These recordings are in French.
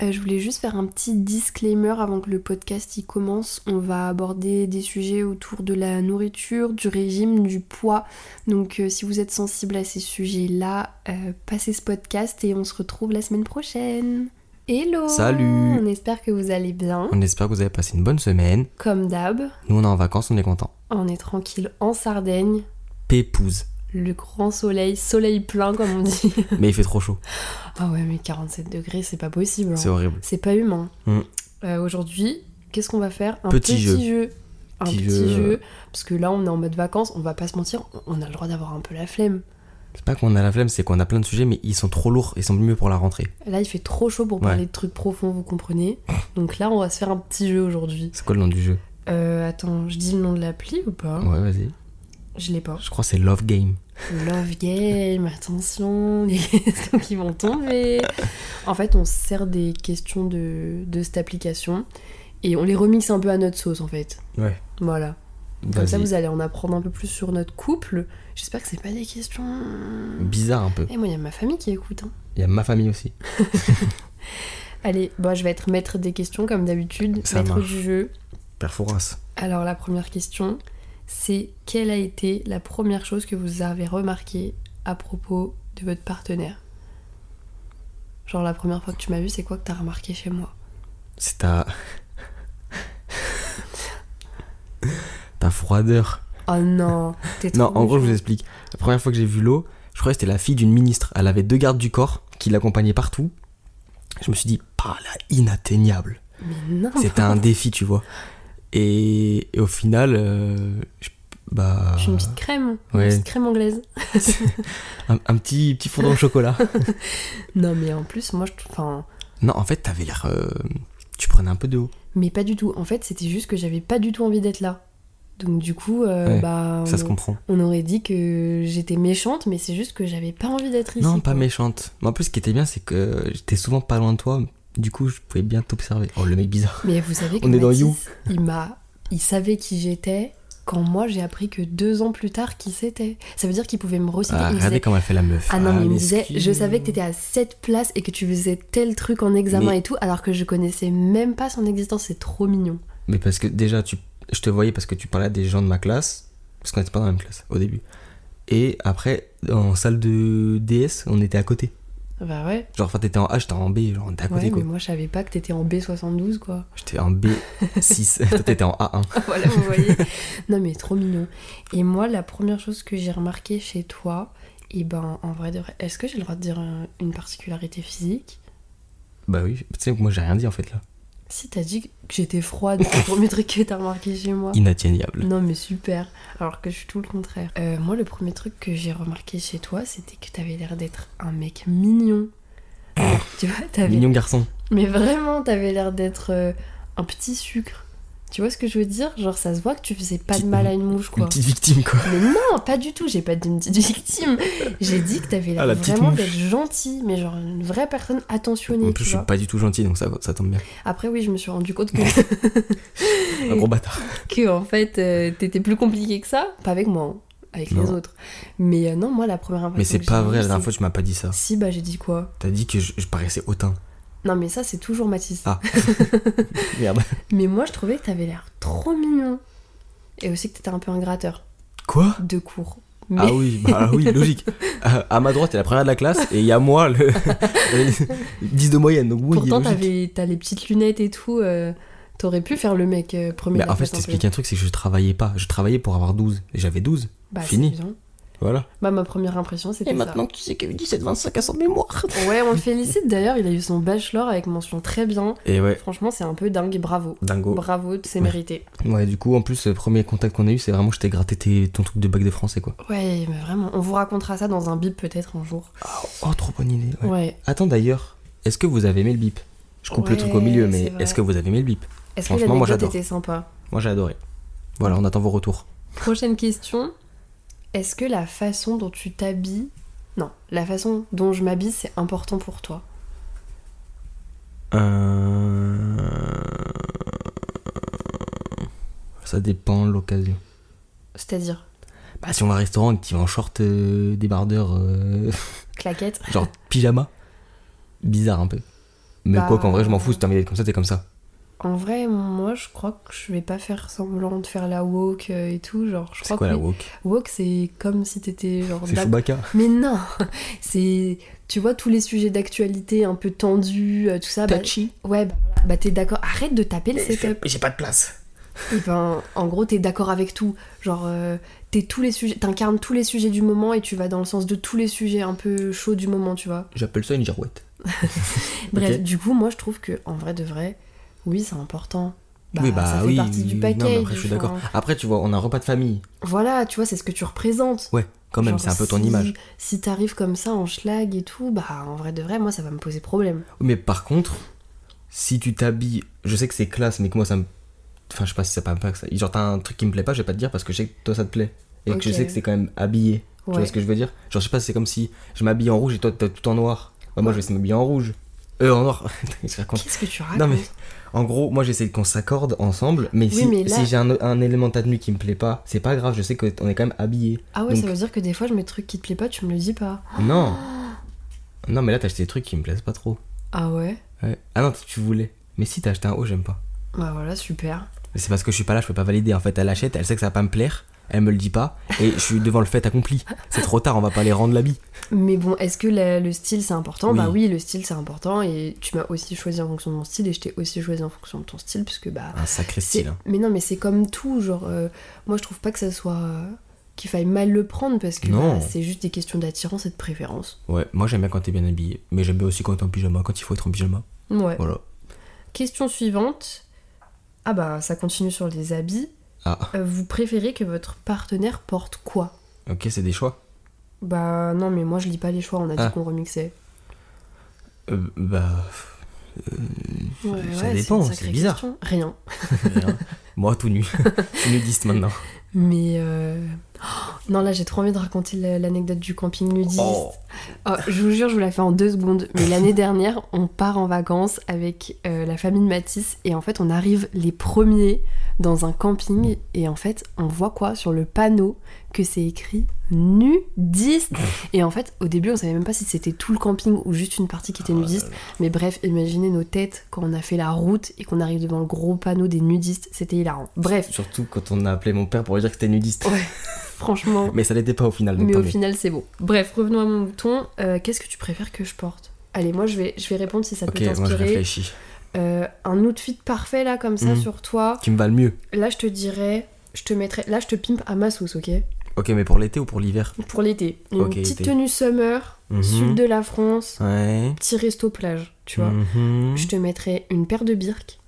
Euh, je voulais juste faire un petit disclaimer avant que le podcast y commence. On va aborder des sujets autour de la nourriture, du régime, du poids. Donc euh, si vous êtes sensible à ces sujets-là, euh, passez ce podcast et on se retrouve la semaine prochaine. Hello Salut On espère que vous allez bien. On espère que vous avez passé une bonne semaine. Comme d'hab, Nous, on est en vacances, on est content. on est tranquille en Sardaigne. Pépouze. Le grand soleil, soleil plein comme on dit. Mais il fait trop chaud. Ah ouais mais 47 degrés c'est pas possible. hein. C'est horrible. C'est pas humain. Mm. Euh, Aujourd'hui, qu'est-ce qu'on va faire Un Petit jeu. Un Petit petit, jeu. jeu. Parce que là, on est en mode vacances, on va pas se mentir, on a le droit d'avoir un peu la flemme. C'est pas qu'on a la flemme, c'est qu'on a plein de sujets, mais ils sont trop lourds. Ils sont mieux pour la rentrée. Là, il fait trop chaud pour Ouais. parler de trucs profonds, vous comprenez Donc là, on va se faire un petit jeu aujourd'hui. C'est quoi le nom du jeu Euh, attends, je dis le nom de l'appli ou pas Ouais, vas-y. Je l'ai pas. Je crois que c'est Love Game. Love Game, attention, les questions qui vont tomber. En fait, on se sert des questions de, de cette application et on les remixe un peu à notre sauce en fait. Ouais. Voilà. Comme ça, Vas-y. vous allez en apprendre un peu plus sur notre couple. J'espère que c'est pas des questions. Bizarre un peu. Et moi, il y a ma famille qui écoute. hein. Il y a ma famille aussi. Allez, bon, je vais être maître des questions comme d'habitude, Ça maître marche. du jeu. Perforance. Alors, la première question, c'est quelle a été la première chose que vous avez remarquée à propos de votre partenaire Genre, la première fois que tu m'as vu, c'est quoi que t'as remarqué chez moi C'est ta. ta froideur. Oh non, t'es trop. Non, en nul. gros, je vous explique. La première fois que j'ai vu l'eau, je croyais que c'était la fille d'une ministre. Elle avait deux gardes du corps qui l'accompagnaient partout. Je me suis dit, pas là, inatteignable. Mais non C'était un défi, tu vois. Et, et au final, euh, je- bah, Je suis une petite crème, Ouais. une petite crème anglaise. un, un petit, petit fondant au chocolat. Non, mais en plus, moi, je. Enfin. non, en fait, t'avais l'air. euh, tu prenais un peu de haut. Mais pas du tout. En fait, c'était juste que j'avais pas du tout envie d'être là. Donc du coup, euh, Ouais, bah, Ça on, se comprend. on aurait dit que j'étais méchante, mais c'est juste que j'avais pas envie d'être ici. Non, pas quoi. méchante. Mais en plus, ce qui était bien, c'est que j'étais souvent pas loin de toi. Du coup, je pouvais bien t'observer. Oh, le mec bizarre. Mais vous savez que On est dans Mathis, You. il m'a, il savait qui j'étais quand moi j'ai appris que deux ans plus tard qui c'était. Ça veut dire qu'il pouvait me reciter. Ah, il me regardez disait, comment elle fait la meuf. ah non, mais il me disait, l'excuse. je savais que t'étais à cette place et que tu faisais tel truc en examen Mais- et tout, alors que je connaissais même pas son existence. C'est trop mignon. Mais parce que déjà, tu, je te voyais parce que tu parlais à des gens de ma classe, parce qu'on n'était pas dans la même classe au début. Et après, en salle de DS, on était à côté. Bah ouais. Genre, enfin, t'étais en A, j'étais en B, genre, on était à côté Ouais, quoi. mais moi je savais pas que t'étais en B72 quoi. J'étais en B6, toi t'étais en A1. voilà, vous voyez. Non, mais trop mignon. Et moi, la première chose que j'ai remarqué chez toi, et ben, en vrai de vrai, est-ce que j'ai le droit de dire un- une particularité physique Bah oui, tu sais, moi j'ai rien dit en fait là. Si t'as dit que j'étais froide, c'est le premier truc que t'as remarqué chez moi. Inatteignable. Non, mais super. Alors que je suis tout le contraire. Euh, moi, le premier truc que j'ai remarqué chez toi, c'était que t'avais l'air d'être un mec mignon. Alors, tu vois, t'avais. Mignon garçon. Mais vraiment, t'avais l'air d'être euh, un petit sucre. Tu vois ce que je veux dire Genre, ça se voit que tu faisais pas de Petite- mal à une mouche, quoi. Une petite victime quoi. Mais non, pas du tout, j'ai pas dit une petite victime. J'ai dit que t'avais l'air Ah, la petite vraiment mouche. d'être gentil, mais genre une vraie personne En attentionnée, plus, tu je suis vois. pas du tout gentil donc ça, ça tombe bien. Après, oui, je me suis rendu compte que, Un gros bâtard. que, en fait, euh, t'étais plus compliqué que ça. Pas avec moi, hein, avec les Non. autres. Mais euh, non, moi, la première impression. Mais c'est que pas j'ai vrai, eue, la dernière c'est- fois tu m'as pas dit ça. Si, bah, j'ai dit quoi T'as dit que je, je paraissais hautain. Non, mais ça, c'est toujours Mathis. Ah. Merde. Mais moi, je trouvais que t'avais l'air trop mignon. Et aussi que t'étais un peu un gratteur Quoi de cours. Mais Ah oui, bah oui, logique. À, à ma droite, t'es la première de la classe et il y a moi, le. le 10 de moyenne, donc oui, pourtant, logique. t'avais- t'as les petites lunettes et tout. euh, T'aurais pu faire le mec euh, premier. de Mais la en fait, classe un je peu. t'explique un truc, c'est que je travaillais pas. Je travaillais pour avoir 12. Et j'avais 12. Bah, c'est Fini. bien. Voilà. Bah, ma première impression, c'était ça. tu sais que 17, 25 à son mémoire. Ouais, on le félicite d'ailleurs, il a eu son bachelor avec mention très bien. Et ouais, Franchement, c'est un peu dingue, bravo. dingo. Bravo, c'est Oh. Ouais. mérité. Ouais, du coup, en plus, le premier contact qu'on a eu, c'est vraiment je t'ai gratté tes- ton truc de bac de français, quoi. Ouais, mais vraiment, on vous racontera ça dans un bip peut-être un jour. Oh, oh, trop bonne idée. ouais. Ouais. Attends, d'ailleurs, est-ce que vous avez aimé le bip Je coupe le Ouais, truc au milieu, mais c'est vrai. est-ce que vous avez aimé le bip Est-ce que Franchement, moi, l'anecdote j'adore. était sympa Moi, j'ai adoré. Voilà, on attend vos retours. Prochaine question. Est-ce que la façon dont tu t'habilles. Non, la façon dont je m'habille, c'est important pour toi. Euh... Ça dépend de l'occasion. C'est-à-dire, Bah, si on va au restaurant et que tu vas en short euh, débardeur, euh, claquette. genre pyjama, bizarre un peu. Mais Bah, quoi qu'en vrai, je m'en fous, si t'as envie d'être comme ça, t'es comme ça. En vrai, moi, je crois que je vais pas faire semblant de faire la woke euh, et tout. Genre, je C'est crois quoi que la oui. bah, ah woke woke, c'est comme si t'étais genre C'est d'ac- Chewbacca. Mais non, c'est tu vois tous les sujets d'actualité un peu tendus, euh, tout ça. bah- Touchy. ouais, bah, voilà. Bah, t'es d'accord. Arrête de taper le Je fais- setup. J'ai pas de place. Et ben, en gros, t'es d'accord avec tout. Genre, euh, t'es tous les sujets, t'incarnes tous les sujets du moment et tu vas dans le sens de tous les sujets un peu chauds du moment, tu vois. J'appelle ça une girouette. Bref, Ok. du coup, moi, je trouve que en vrai de vrai, oui, c'est important. Bah, oui, bah ça fait oui. partie du oui, non, mais package. après, je suis enfin, d'accord. Après, tu vois, on a un repas de famille. Voilà, tu vois, c'est ce que tu représentes. Ouais, quand même, Genre, c'est un peu ton si- image. Si t'arrives comme ça en schlag et tout, bah en vrai de vrai, moi ça va me poser problème. Mais par contre, si tu t'habilles, je sais que c'est classe, mais que moi ça me. Enfin, je sais pas si ça pas ça. Genre, t'as un truc qui me plaît pas, je vais pas te dire parce que je sais que toi ça te plaît. Et que je Ok. sais que c'est quand même habillé. Tu vois Ouais. ce que je veux dire Genre, je sais pas, c'est comme si je m'habille en rouge et toi t'es tout en noir. Bah, moi, je vais essayer de m'habiller en rouge. Euh, en noir. Je raconte. Qu'est-ce que tu racontes Non, mais en gros, moi j'essaie qu'on s'accorde ensemble, mais Oui, si, mais là- si j'ai un, un élément de ta tenue qui me plaît pas, c'est pas grave, je sais qu'on est quand même habillé. Ah ouais, Donc- ça veut dire que des fois je mets des trucs qui te plaisent pas, tu me le dis pas. Non Non, mais là t'as acheté des trucs qui me plaisent pas trop. Ah ouais Ouais. Ah non, tu voulais. Mais si t'as acheté un haut, j'aime pas. Bah voilà, super. Mais C'est parce que je suis pas là, je peux pas valider. En fait, elle achète, elle sait que ça va pas me plaire, elle me le dit pas, et je suis devant le fait accompli. C'est trop tard, on va pas les rendre l'habit. Mais bon, est-ce que la- le style c'est important Oui. Bah oui, le style c'est important et tu m'as aussi choisi en fonction de mon style et je t'ai aussi choisi en fonction de ton style puisque bah. Un sacré c'est- style. hein. Mais non, mais c'est comme tout, genre euh, moi je trouve pas que ça soit. euh, qu'il faille mal le prendre parce que Non. bah, c'est juste des questions d'attirance et de préférence. Ouais, moi j'aime bien quand t'es bien habillé, mais j'aime bien aussi quand t'es en pyjama, quand il faut être en pyjama. Ouais. Voilà. Question suivante. Ah bah ça continue sur les habits. Ah, Euh, vous préférez que votre partenaire porte quoi ok, c'est des choix. Bah non mais moi je lis pas les choix, on a Ah. dit qu'on remixait. Euh, bah. Ouais, ça ouais, dépend, une c'est sacrée bizarre. question. Rien. Rien. Moi, tout nu. Je suis nudiste maintenant. Mais euh, oh, non là j'ai trop envie de raconter la- l'anecdote du camping nudiste. Oh. Oh, je vous jure je vous la fais en deux secondes. Mais l'année dernière on part en vacances avec euh, la famille de Matisse et en fait on arrive les premiers dans un camping et en fait on voit quoi sur le panneau que c'est écrit nudiste et en fait au début on savait même pas si c'était tout le camping ou juste une partie qui Oh était nudiste Euh, mais bref imaginez nos têtes quand on a fait la route et qu'on arrive devant le gros panneau des nudistes c'était hilarant bref Surtout quand on a appelé mon père pour lui dire que t'es nudiste. Ouais. franchement Mais ça l'était pas au final, donc Oh. mais tant au mieux. final c'est beau bref revenons à mon mouton Euh, qu'est-ce que tu préfères que je porte Allez, moi je vais, je vais répondre si ça peut Ok, moi je t'inspirer. réfléchis. Euh, un outfit parfait là, comme ça, Mhm. sur toi. Qui me va le mieux Là, je te dirais, je te mettrais, là, je te pimpe à ma sauce, ok Ok, mais pour l'été ou pour l'hiver Pour l'été. Une Ok, petite été. tenue summer, Mhm. sud de la France, Ouais. petit resto plage, tu vois. Mhm. Je te mettrais une paire de birks.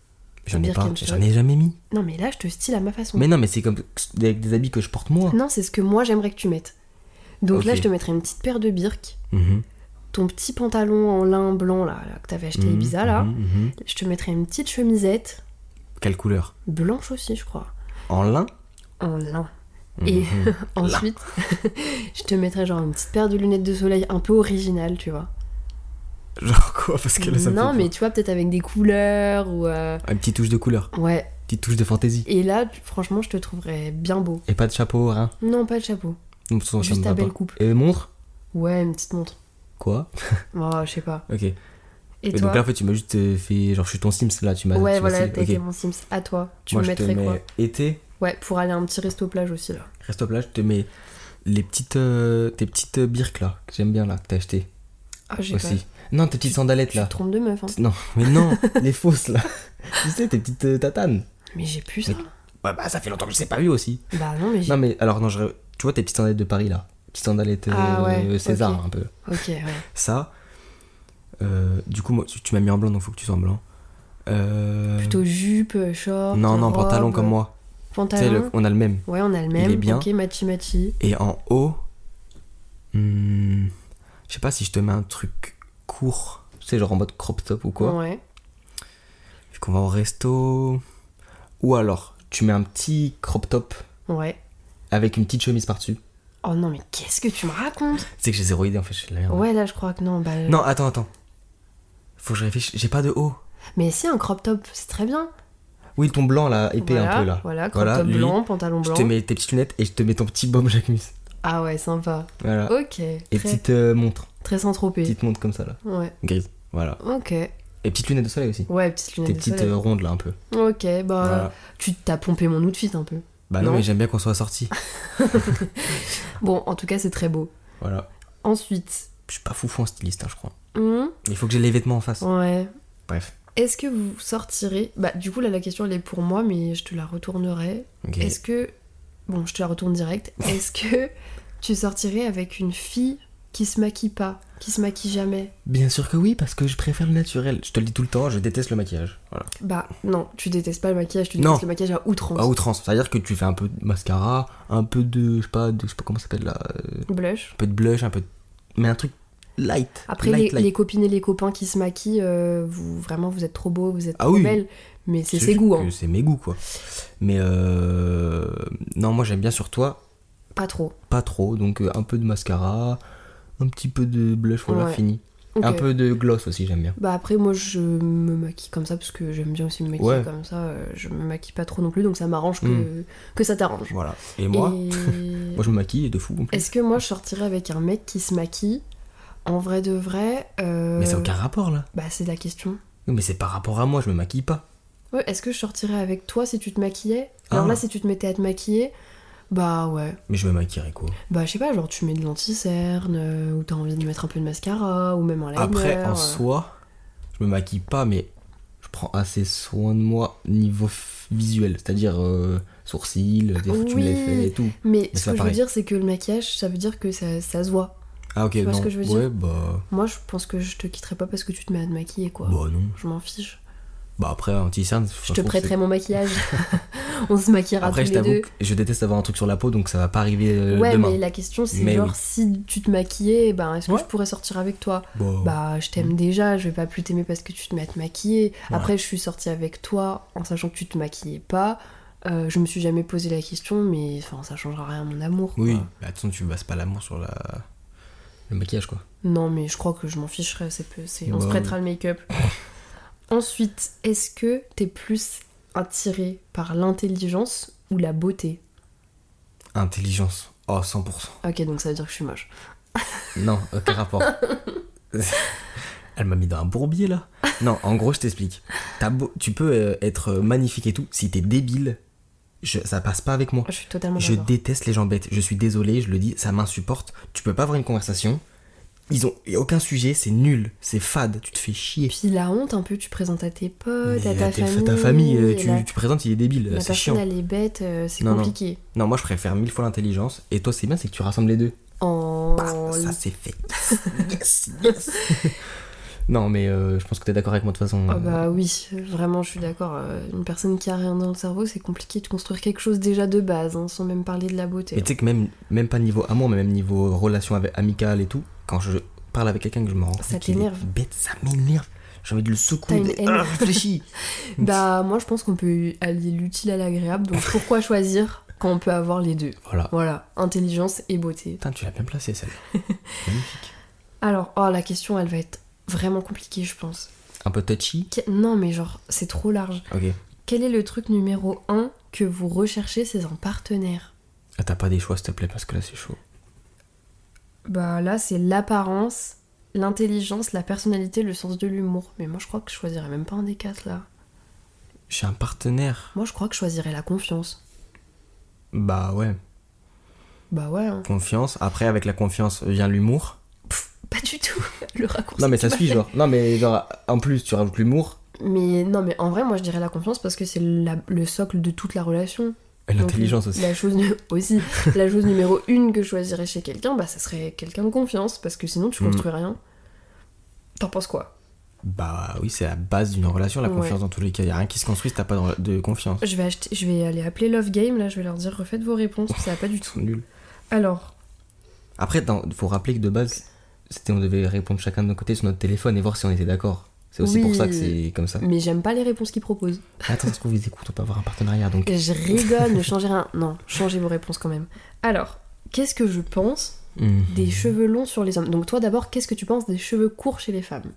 J'en ai Birkin, pas, tu j'en vois. ai jamais mis. Non, mais là, je te style à ma façon. Mais non, mais c'est comme avec des habits que je porte moi. Non, c'est ce que moi, j'aimerais que tu mettes. Donc là, Oh. Ok. je te mettrais une petite paire de birks, Mhm. ton petit pantalon en lin blanc, là, là, que t'avais acheté à Mhm, Ibiza, là. mhm, mhm. Je te mettrais une petite chemisette, Quelle couleur blanche aussi, je crois, En lin en lin. Et Mhm. Ensuite, je te mettrais genre une petite paire de lunettes de soleil un peu originale, tu vois. Genre quoi Parce que là, ça me non, fait mais peur. tu vois, peut-être avec des couleurs ou. euh, Une petite touche de couleur, Ouais. une petite touche de fantaisie. Et là, tu- franchement, je te trouverais bien beau. Et pas de chapeau, rien. Non, pas de chapeau. Non, de toute façon, ça Juste me va ta belle pas. coupe. Et montre Ouais, une petite montre. Quoi Oh, je sais pas. Ok. Et, Et, donc toi là, en fait, tu m'as juste euh, fait. Genre, je suis ton Sims là, tu m'as. tu Ouais, m'as voilà, dit, t'as ok. été mon Sims. À toi. Tu Moi, me je te mettrais mets quoi été. Ouais, pour aller à un petit resto plage aussi, là. Reste au plage, je te mets les petites. euh, tes petites euh, birques là, que j'aime bien là, que t'as acheté Ah, j'ai pas. aussi. Non, tes petites sandalettes Tu te là. trompes de meuf, hein. Non, mais non, les fausses là. Tu sais, tes petites euh, tatanes. Mais j'ai plus ça. Ouais, bah ça fait longtemps que je les ai pas vu aussi. Bah non, mais j'ai. Non, mais alors, non, je... rêve- tu vois tes petites sandalettes de Paris là. Petites sandalettes euh, Ah ouais, César ok. un peu. Ok, ouais. Ça. euh, du coup, moi, tu, tu m'as mis en blanc donc faut que tu sois en blanc. Euh, Plutôt jupe, short. Non, non, robe, pantalon comme moi. Tu sais, Pantalon. le- on a le même. Ouais, on a le même. est bien. Ok, matchy matchy. Et en haut, hmm, je sais pas si je te mets un truc court, tu sais, genre en mode crop top ou quoi. Ouais. Vu qu'on va au resto. Ou alors, tu mets un petit crop top Ouais. avec une petite chemise par-dessus. Oh non, mais qu'est-ce que tu me racontes C'est que j'ai zéro idée en fait, je suis de la merde. Ouais, là, je crois que non. Bah, Non, attends, attends. Faut que je réfléchisse, j'ai pas de haut. Mais si, un crop top, c'est très bien. Oui, ton blanc là, épais voilà, un peu là. Voilà, crop Voilà, top lui, blanc, pantalon Je blanc. te mets tes petites lunettes et je te mets ton petit baume Jacquemus. Ah ouais, sympa. Voilà. Ok. Ah. Et Très, petite euh, montre, très sans tropez. petite montre comme ça là, Ouais. grise. Voilà. Ok. Et petites lunettes de soleil aussi. Ouais, petites Tes lunettes de petites soleil. euh, rondes là un peu. Ok, bah Voilà. tu t'as pompé mon outfit un peu. Bah non, non. mais j'aime bien qu'on soit sorti. Bon, en tout cas, c'est très beau. voilà. Ensuite, Je suis pas foufou en styliste, hein, je crois. hum, Il faut que j'ai les vêtements en face. ouais. Bref. Est-ce que vous sortirez Bah, du coup, là, la question, elle est pour moi, mais je te la retournerai. Ok. Est-ce que. Bon, je te la retourne direct. Est-ce que tu sortirais avec une fille qui se maquille pas, qui se maquille jamais Bien sûr que oui, parce que je préfère le naturel. Je te le dis tout le temps, je déteste le maquillage. Voilà. Bah, non, tu détestes pas le maquillage, tu Non. Ah détestes le maquillage à outrance. À outrance. C'est-à-dire que tu fais un peu de mascara, un peu de. Je sais pas, de, je sais pas comment ça s'appelle là. euh, Blush. Un peu de blush, un peu. de- Mais un truc light. Après, light, les, light. les copines et les copains qui se maquillent, euh, vous, vraiment, vous êtes trop beaux, vous êtes Ah trop oui. belles. Mais c'est ses juste goûts, que hein. C'est mes goûts, quoi. Mais euh... non, moi j'aime bien sur toi, hein. Pas trop. pas trop. Donc euh, un peu de mascara, un petit peu de blush, voilà, Ouais. fini. Ok. Un peu de gloss aussi, j'aime bien. Bah après moi je me maquille comme ça parce que j'aime bien aussi me maquiller Ouais. comme ça, euh, je me maquille pas trop non plus donc ça m'arrange que, Mm. que ça t'arrange. Voilà. Et moi, Et- moi je me maquille de fou en plus. Est-ce que moi je sortirais avec un mec qui se maquille En vrai de vrai euh, Mais ça n'a aucun rapport là. Bah c'est la question. Oui, Mais c'est par rapport à moi, je me maquille pas. Ouais, est-ce que je sortirais avec toi si tu te maquillais Alors Ah. là si tu te mettais à te maquiller, bah ouais. Mais je me maquillerai quoi. Bah je sais pas, genre tu mets de l'anticerne euh, ou t'as envie de mettre un peu de mascara ou même un liner. Après, en euh. soi, je me maquille pas, mais je prends assez soin de moi niveau f- visuel, c'est-à-dire euh, sourcils, des fois tu me les Oui. fais et tout. Mais Mais ce ça, que je veux pareil. dire c'est que le maquillage ça veut dire que ça, ça se voit. Ah ok, Tu vois non. ce que je veux dire ouais, bah, Moi, je pense que je te quitterai pas parce que tu te mets à te maquiller, quoi. bah non. Je m'en fiche. Bah après, anti-cerne, Je te prêterai mon maquillage. On se maquillera Après, je tous les t'avoue, deux. que je déteste avoir un truc sur la peau, donc ça va pas arriver euh, ouais, demain. mais la question, c'est Mais genre, oui. si tu te maquillais, ben, est-ce que Ouais. je pourrais sortir avec toi Bah, Bah, je t'aime déjà, je vais pas plus t'aimer parce que tu te mets à te maquiller. Ouais. Après, je suis sortie avec toi en sachant que tu te maquillais pas. Euh, je me suis jamais posé la question, mais enfin, ça changera rien à mon amour. oui. quoi. Bah, attends, tu bases pas l'amour sur la... le maquillage, quoi. Non, mais je crois que je m'en ficherais. C'est peu, c'est- on se Bah, prêtera le make-up. Ensuite, est-ce que t'es plus attiré par l'intelligence ou la beauté Intelligence. Oh, 100%. Ok, donc ça veut dire que je suis moche. Non, aucun rapport. Elle m'a mis dans un bourbier là. Non, en gros, je t'explique. T'as beau- Tu peux euh, être magnifique et tout. Si t'es débile, je... ça passe pas avec moi. Je suis totalement Je d'accord. déteste les gens bêtes. Je suis désolé, je le dis, ça m'insupporte. Tu peux pas avoir une conversation. Ils ont y a aucun sujet, c'est nul, c'est fade. Tu te fais chier. Puis la honte un peu, tu présentes à tes potes, à Mais Oh, ta t'es- famille. ta famille, euh, et tu, la, tu présentes, il est débile, la c'est personne, chiant. elle est bête, euh, c'est Non, non. compliqué. Non, moi je préfère mille fois l'intelligence. Et toi, c'est bien, c'est que tu rassembles les deux. En... Bah, ça c'est fait. Yes, yes. non, mais euh, je pense que t'es d'accord avec moi de toute façon. euh. Ah bah oui, vraiment, je suis d'accord. euh, Une personne qui a rien dans le cerveau, c'est compliqué de construire quelque chose déjà de base, hein, sans même parler de la beauté. Mais tu sais que même, même pas niveau amour, mais même niveau relation avec, amicale et tout, quand je parle avec quelqu'un que je me rends compte Ça qu'il est t'énerve. bête, ça m'énerve. J'ai envie de le secouer. T'as une de- haine. Ah, réfléchis. Bah moi je pense qu'on peut allier l'utile à l'agréable, donc pourquoi choisir quand on peut avoir les deux Voilà. Voilà, intelligence et beauté. Putain, tu l'as bien placé celle-là. Magnifique. Alors, oh la question elle va être vraiment compliquée je pense. Un peu touchy. Que- Non mais genre c'est trop large. Ok. Quel est le truc numéro 1 que vous recherchez c'est un partenaire Ah, t'as pas des choix, s'il te plaît, parce que là c'est chaud. Bah là c'est l'apparence, l'intelligence, la personnalité, le sens de l'humour. Mais moi je crois que je choisirais même pas un des quatre là. J'ai un partenaire. Moi je crois que je choisirais la confiance. Bah ouais. Bah ouais, hein. Confiance. Après, avec la confiance vient l'humour. pas du tout le raccourci. Non, mais ça que tu suit, genre. Non, mais genre, en plus, tu rajoutes l'humour. Mais non, mais en vrai, moi je dirais la confiance parce que c'est la- le socle de toute la relation. Et Donc, L'intelligence aussi. La chose, nu- aussi, la chose numéro une que je choisirais chez quelqu'un, bah ça serait quelqu'un de confiance parce que sinon tu Mm. construis rien. T'en penses quoi Bah oui, c'est la base d'une relation, la Ouais. confiance dans tous les cas. Y a rien qui se construit si t'as pas de- de confiance. je vais, acheter, je vais aller appeler Love Game là, je vais leur dire refaites vos réponses, ça va pas du Ils tout. sont nuls. Alors, Après, dans- faut rappeler que de base, c'était on devait répondre chacun de notre côté sur notre téléphone et voir si on était d'accord. C'est aussi Oui. pour ça que c'est comme ça. mais j'aime pas les réponses qu'ils proposent. Attends, est-ce qu'on vous écoute On peut avoir un partenariat donc. Et Je rigole, ne changez rien. Non, changez vos réponses quand même. Alors, qu'est-ce que je pense Hmm. des cheveux longs sur les hommes Donc toi d'abord, qu'est-ce que tu penses des cheveux courts chez les femmes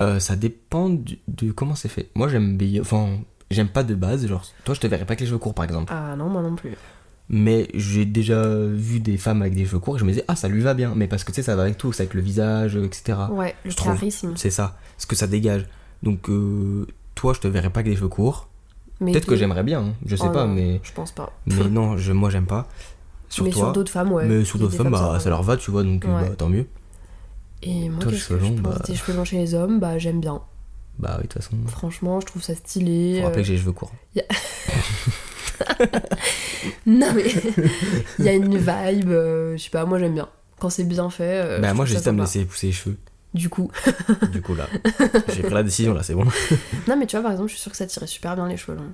Euh, ça dépend du- de comment c'est fait. Moi, j'aime bien. Enfin, j'aime pas de base. Genre, toi, je te verrais pas avec les cheveux courts par exemple. Ah non, moi non plus. Mais j'ai déjà vu des femmes avec des cheveux courts et je me disais, ah, ça lui va bien. Mais parce que tu sais, ça va avec tout, c'est avec le visage, etc. Ouais, le je trouve. charisme. C'est ça, ce que ça dégage. Donc, euh, toi, je te verrai pas avec des cheveux courts. Mais Peut-être que puis- j'aimerais bien, hein, je sais Oh pas, non, mais, Je pense pas. mais non, je, moi, j'aime pas. Sur mais toi. sur d'autres femmes, ouais. mais sur Il y a d'autres des femmes, bah, ça ça leur va, tu vois, donc euh, Ouais. bah, tant mieux. Et moi, Toi, les qu'est-ce cheveux que je longs, pense bah- des cheveux longs chez les hommes Bah, j'aime bien. Bah oui, de toute façon, Franchement, je trouve ça stylé. faut euh, rappeler que j'ai les cheveux courts. Non, mais il y a une vibe. euh, je sais pas, moi, j'aime bien. Quand c'est bien fait. euh, bah je moi, trouve ça j'hésite à me sympa. laisser pousser les cheveux. Du coup. du coup, là, j'ai pris la décision, là, c'est bon. Non, mais tu vois, par exemple, je suis sûre que ça tirait super bien les cheveux longs.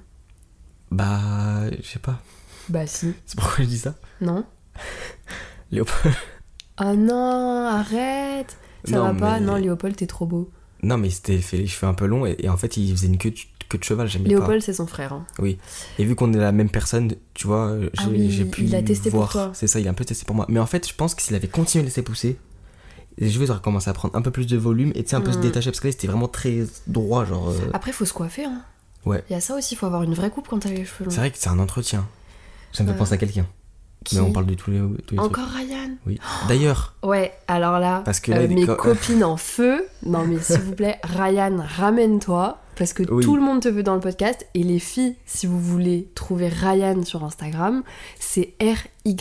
Bah, je sais pas, Bah, si. c'est pourquoi je dis ça. Non Léopold. Ah non, arrête Ça va pas mais- Non, Léopold, t'es trop beau. Non, mais c'était fait les cheveux un peu longs et, et en fait, il faisait une queue de, queue de cheval, j'aimais pas. Léopold, c'est son frère. hein. Et vu qu'on est la même personne, tu vois, euh, j'ai Ah oui, j'ai pu il a testé pour voir. toi. C'est ça, il a un peu testé pour moi. Mais en fait, je pense que s'il avait continué de laisser pousser, les cheveux auraient commencé à prendre un peu plus de volume et tu sais, un peu se Mm. détacher parce que là, c'était vraiment très droit, genre. euh, Après, faut se coiffer. Hein. Ouais. Il y a ça aussi, faut avoir une vraie coupe quand t'as les cheveux longs. C'est vrai que c'est un entretien. Ça me fait Ouais. penser à quelqu'un. Euh, Qui Mais on parle de tous les, tous les trucs. Encore Ryan Oui. D'ailleurs, Ouais, alors là, Parce que là, euh, il est mes co- copines en feu, non mais s'il vous plaît, Ryan, ramène-toi, parce que Oui. tout le monde te veut dans le podcast, et les filles, si vous voulez trouver Ryan sur Instagram, c'est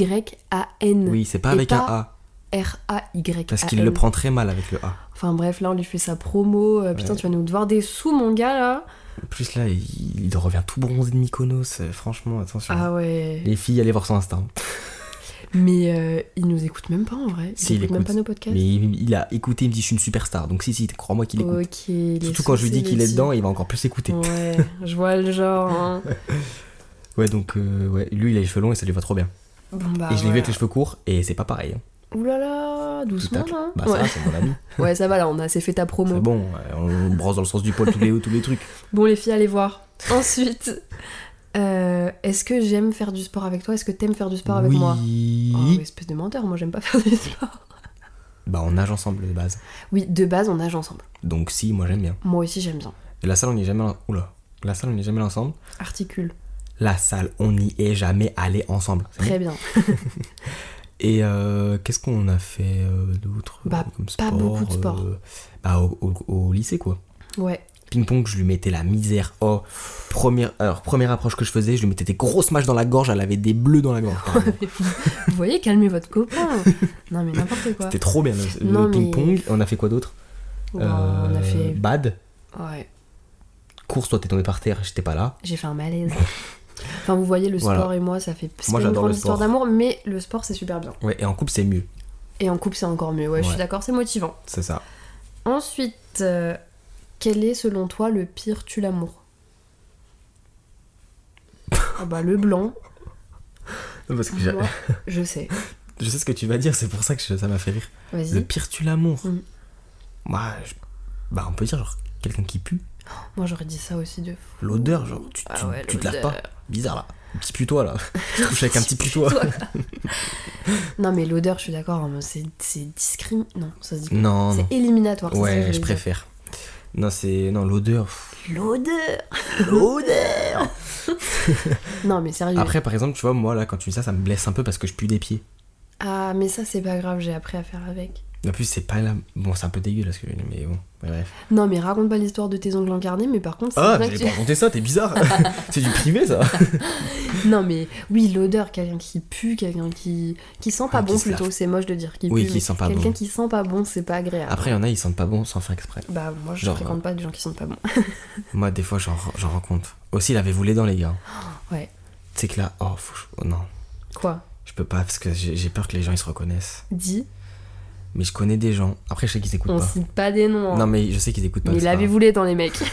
R-Y-A-N. oui, c'est pas Et avec un pas- Ah, euh, A. R-A-Y. Parce qu'il le prend très mal avec le A. Enfin bref, là on lui fait sa promo, euh, putain Ouais. tu vas nous devoir des sous mon gars là. En plus, là, il, il revient tout bronzé de Mykonos. euh, Franchement, attention. Ah ouais. Les filles, allez voir son Insta. Mais euh, il nous écoute même pas en vrai, il, Si, il écoute même écoute. pas nos podcasts. Mais il, il a écouté, il me dit, je suis une superstar. Donc, si, si, crois-moi qu'il écoute. Ok. il est Surtout quand je lui dis sensible, qu'il est le dedans, il va encore plus type. écouter. Ouais, Ouais, je vois le genre. hein. donc, euh, ouais, lui, il a les cheveux longs et ça lui va trop bien. Bon bah. et je l'ai vu voilà. avec les cheveux courts et c'est pas pareil. hein. Ouh là là, doucement Tout là. Bah, ça, ouais. c'est mon ami. Ouais, ça va là, on a assez fait ta promo. C'est Bon. bon, euh, on brosse dans le sens du poil tous les, tous les trucs. les filles, allez voir. Ensuite, euh, est-ce que j'aime faire du sport avec toi Est-ce que t'aimes faire du sport avec oui. moi Oh, espèce de menteur, moi j'aime pas faire du sport. Bah, on nage ensemble de base. Oui, de base, on nage ensemble. Donc, si, moi, j'aime bien. Moi aussi, j'aime bien. Et la salle, on n'y est jamais. en- Oula. La salle, on n'y est jamais allé ensemble. Articule. La salle, on n'y est jamais allé ensemble. C'est bon Très bien. Et euh, qu'est-ce qu'on a fait euh, d'autre euh, Bah, comme pas beaucoup de sport. euh, bah, au, au- au lycée, quoi. Ouais. Ping-pong, je lui mettais la misère. Oh, première, alors, première approche que je faisais, je lui mettais des grosses mâches dans la gorge, elle avait des bleus dans la gorge. carrément. Vous voyez, calmez votre copain. Non, mais n'importe quoi. C'était trop bien le, le Non, mais- ping-pong. On a fait quoi d'autre Ouais, Euh, On a fait. Bad. Ouais, Course, toi, t'es tombé par terre, j'étais pas là. j'ai fait un malaise. Enfin, vous voyez, le sport Voilà. et moi, ça fait. C'est Moi, pas une j'adore grande le histoire sport. d'amour, mais le sport, c'est super bien. Ouais, et en couple, c'est mieux. Et en couple, c'est encore mieux. ouais. je suis Ouais. d'accord, c'est motivant. C'est ça. Ensuite, euh, quel est selon toi le pire tue l'amour Ah bah le blanc, Parce que moi, je sais. je sais ce que tu vas dire, c'est pour ça que je- ça m'a fait rire. Le Vas-y. pire tue l'amour. Mm. Bah, je- bah, on peut dire, genre, quelqu'un qui pue. Moi j'aurais dit ça aussi de fou. L'odeur, genre, tu, Ah tu- ouais, tu te laves l'odeur. pas. Bizarre là. Un petit putois là. Je couche avec un petit putois. Non mais l'odeur, je suis d'accord, hein, mais c'est c'est discrim... Non, ça se dit pas. Non, non. C'est éliminatoire. c'est ça que Ouais, je je voulais préfère. Non, c'est. Non, l'odeur. pff, dire. L'odeur L'odeur Non mais sérieux. Après, par exemple, tu vois, moi là, quand tu dis ça, ça me blesse un peu parce que je pue des pieds. Ah mais ça c'est pas grave, j'ai appris à faire avec. En plus, c'est pas là. Bon, c'est un peu dégueu là ce que je veux dire, mais bon, ouais, bref. Non mais raconte pas l'histoire de tes ongles encarnés, mais par contre... c'est Ah, bien que j'ai tu- pas raconté ça, t'es bizarre C'est du privé ça Non mais oui l'odeur, quelqu'un qui pue, quelqu'un qui qui sent pas Ouais, bon Ah, qui se plutôt, lave. c'est moche de dire qui Oui, pue. qui mais sent pas quelqu'un bon. qui sent pas bon, c'est pas agréable. Après, il y en a, ils sentent pas bon sans faire exprès. Bah moi je Genre, euh, fréquente pas des gens qui sentent pas bon. Moi, des fois, j'en j'en rencontre. Aussi, lavez-vous les dents, les gars. Oh, Ouais. C'est que là, oh, faut... que je- oh, non, Quoi je peux pas parce que j'ai j'ai peur que les gens ils se reconnaissent. Dis, Mais je connais des gens. Après, je sais qu'ils écoutent on pas. cite pas des noms. hein. Non, mais je sais qu'ils écoutent pas. mais c'est pas lavez-vous les dents les mecs. grave.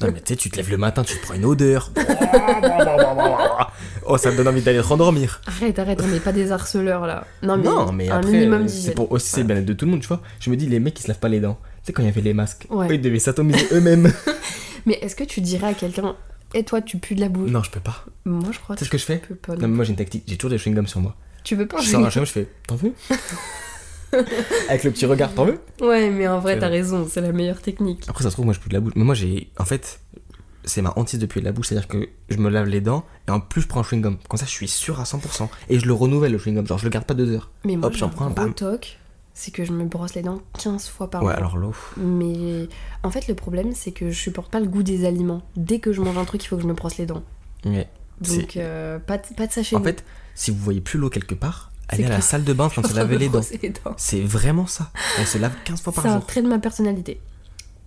Non, mais tu sais, tu te lèves le matin, tu te prends une odeur. oh, ça me donne envie d'aller te rendormir. Arrête, arrête, on n'est pas des harceleurs là. Non mais, Non, mais un après, euh, minimum c'est d'hygiène. pour aussi c'est le bien-être de tout le monde, tu vois. Je me dis, les mecs, qui se lavent pas les dents. Tu sais, quand il y avait les masques, Ouais. eux, ils devaient s'atomiser eux-mêmes. Mais est-ce que tu dirais à quelqu'un et toi tu pues de la bouche non, je peux pas. Moi je crois Tu sais que ce que je fais tu peux pas. Non, mais moi, j'ai une tactique. J'ai toujours des chewing-gums sur moi. Tu veux pas Je sors un chewing-gum, je fais, t'en veux Avec le petit regard, t'en veux Ouais, mais en vrai C'est t'as vrai. raison, c'est la meilleure technique. Après, ça se trouve, moi, je pue de la bouche. Mais moi, j'ai. En fait, c'est ma hantise de puer de la bouche. C'est-à-dire que je me lave les dents et en plus, je prends un chewing-gum. Comme ça, je suis sûr à 100%. Et je le renouvelle, le chewing-gum. Genre, je le garde pas deux heures. Mais moi Hop, j'ai j'en un prends un, gros bam. toc. c'est que je me brosse les dents 15 fois par Ouais, jour. alors l'eau. Mais en fait, le problème, c'est que je supporte pas le goût des aliments. Dès que je mange un truc, il faut que je me brosse les dents. Ouais. C'est- Donc, euh, pas, de, pas de sachet. En fait, si vous voyez plus l'eau quelque part, C'est allez à la clair. salle de bain quand se laver les dents. dents. C'est vraiment ça. On se lave 15 fois C'est par un jour. trait de ma personnalité.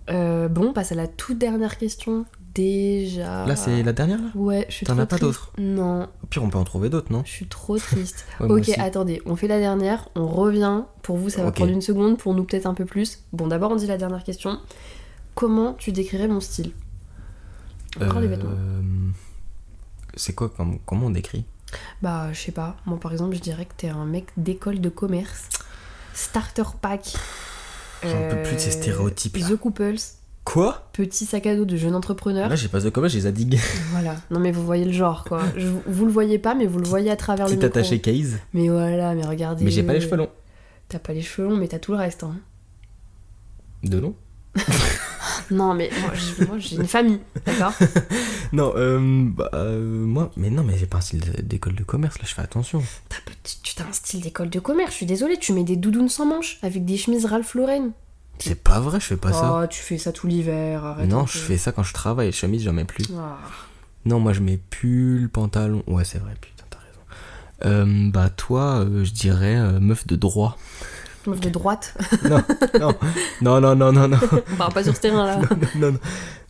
Euh, bon, on passe à la toute dernière question. Déjà. Là, c'est la dernière, là Ouais, je suis T'en trop as pas triste. d'autres Non, Au pire, on peut en trouver d'autres, non je suis trop triste. Ouais, moi ok, aussi. attendez, on fait la dernière, on revient. Pour vous, ça va Ok. prendre une seconde, pour nous peut-être un peu plus. Bon, d'abord, on dit la dernière question. Comment tu décrirais mon style Encore les Euh, vêtements. C'est quoi comme- Comment on décrit Bah, je sais pas. Moi, par exemple, je dirais que t'es un mec d'école de commerce. Starter pack. J'en peux plus de Euh, ces stéréotypes, là. The Couples. Quoi Petit sac à dos de jeune entrepreneur. Là, j'ai pas de combat, j'ai Zadig. Voilà. Non, mais vous voyez le genre, quoi. Je- vous le voyez pas, mais vous le voyez à travers le Petit micro. attaché case. Mais voilà, mais regardez. Mais j'ai pas les cheveux longs. T'as pas les cheveux longs, mais t'as tout le reste. hein. De long Non, mais moi, j'ai- moi, j'ai une famille, d'accord Non, euh, bah, euh, moi, mais non, mais j'ai pas un style de- d'école de commerce, là, je fais attention. T'as pas- tu- Tu t'as un style d'école de commerce, je suis désolée. Tu mets des doudounes sans manches avec des chemises Ralph Lauren. C'est pas vrai, je fais pas ça. oh, tu fais ça tout l'hiver. arrête un Non, peu. je fais ça quand je travaille, chemise, j'en mets plus. Ah. Non, moi, je mets pull, pantalon. Ouais, c'est vrai, putain, t'as raison. Euh, bah, toi, euh, je dirais euh, meuf de droit. Meuf de droite. Non, non, non, non, non, non, Enfin, pas sur ce terrain-là. non, non, non.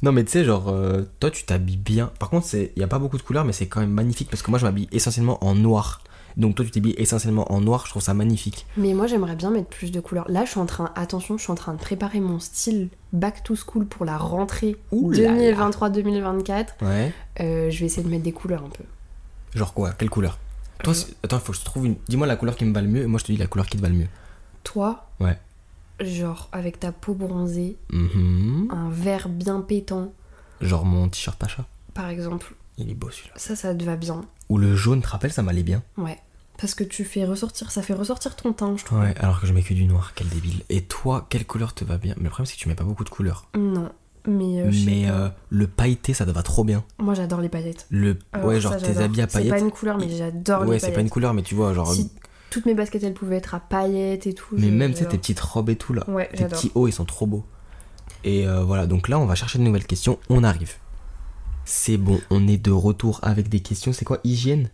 Non, mais tu sais, genre, euh, toi, tu t'habilles bien. Par contre, il y a pas beaucoup de couleurs, mais c'est quand même magnifique parce que moi, je m'habille essentiellement en noir. Donc, toi, tu t'habilles essentiellement en noir, je trouve ça magnifique. Mais moi, j'aimerais bien mettre plus de couleurs. Là, je suis en train, attention, je suis en train de préparer mon style back to school pour la rentrée Ouh là là. 2023-2024. Ouais. Euh, je vais essayer de mettre des couleurs un peu. Genre quoi Quelle couleur Toi, c'est- attends, faut que je trouve une. Dis-moi la couleur qui me va le mieux et moi je te dis la couleur qui te va le mieux. Toi, Ouais. genre avec ta peau bronzée, Mhm. un vert bien pétant, Genre mon t-shirt Pacha. par exemple, Il est beau celui-là. ça, ça te va bien. Ou le jaune, te rappelles, ça m'allait bien. Ouais. Parce que tu fais ressortir, ça fait ressortir ton teint, je trouve. Ouais, alors que je mets que du noir, quel débile. Et toi, quelle couleur te va bien Mais le problème c'est que tu mets pas beaucoup de couleurs. Non. Mais, euh, je sais mais pas. euh, le pailleté, ça te va trop bien. moi, j'adore les paillettes. Le Alors, ouais, genre Ah ça, tes j'adore. habits à C'est pas paillettes. une couleur, mais j'adore Ouais, les c'est paillettes. pas une couleur, mais tu vois, genre. Si- Toutes mes baskets, elles pouvaient être à paillettes et tout. Mais je- même tu sais, j'adore. tes petites robes et tout là. Ouais, tes j'adore. petits hauts, ils sont trop beaux. Et euh, voilà, donc là, on va chercher de nouvelles questions. On arrive. C'est bon, on est de retour avec des questions. C'est quoi Hygiène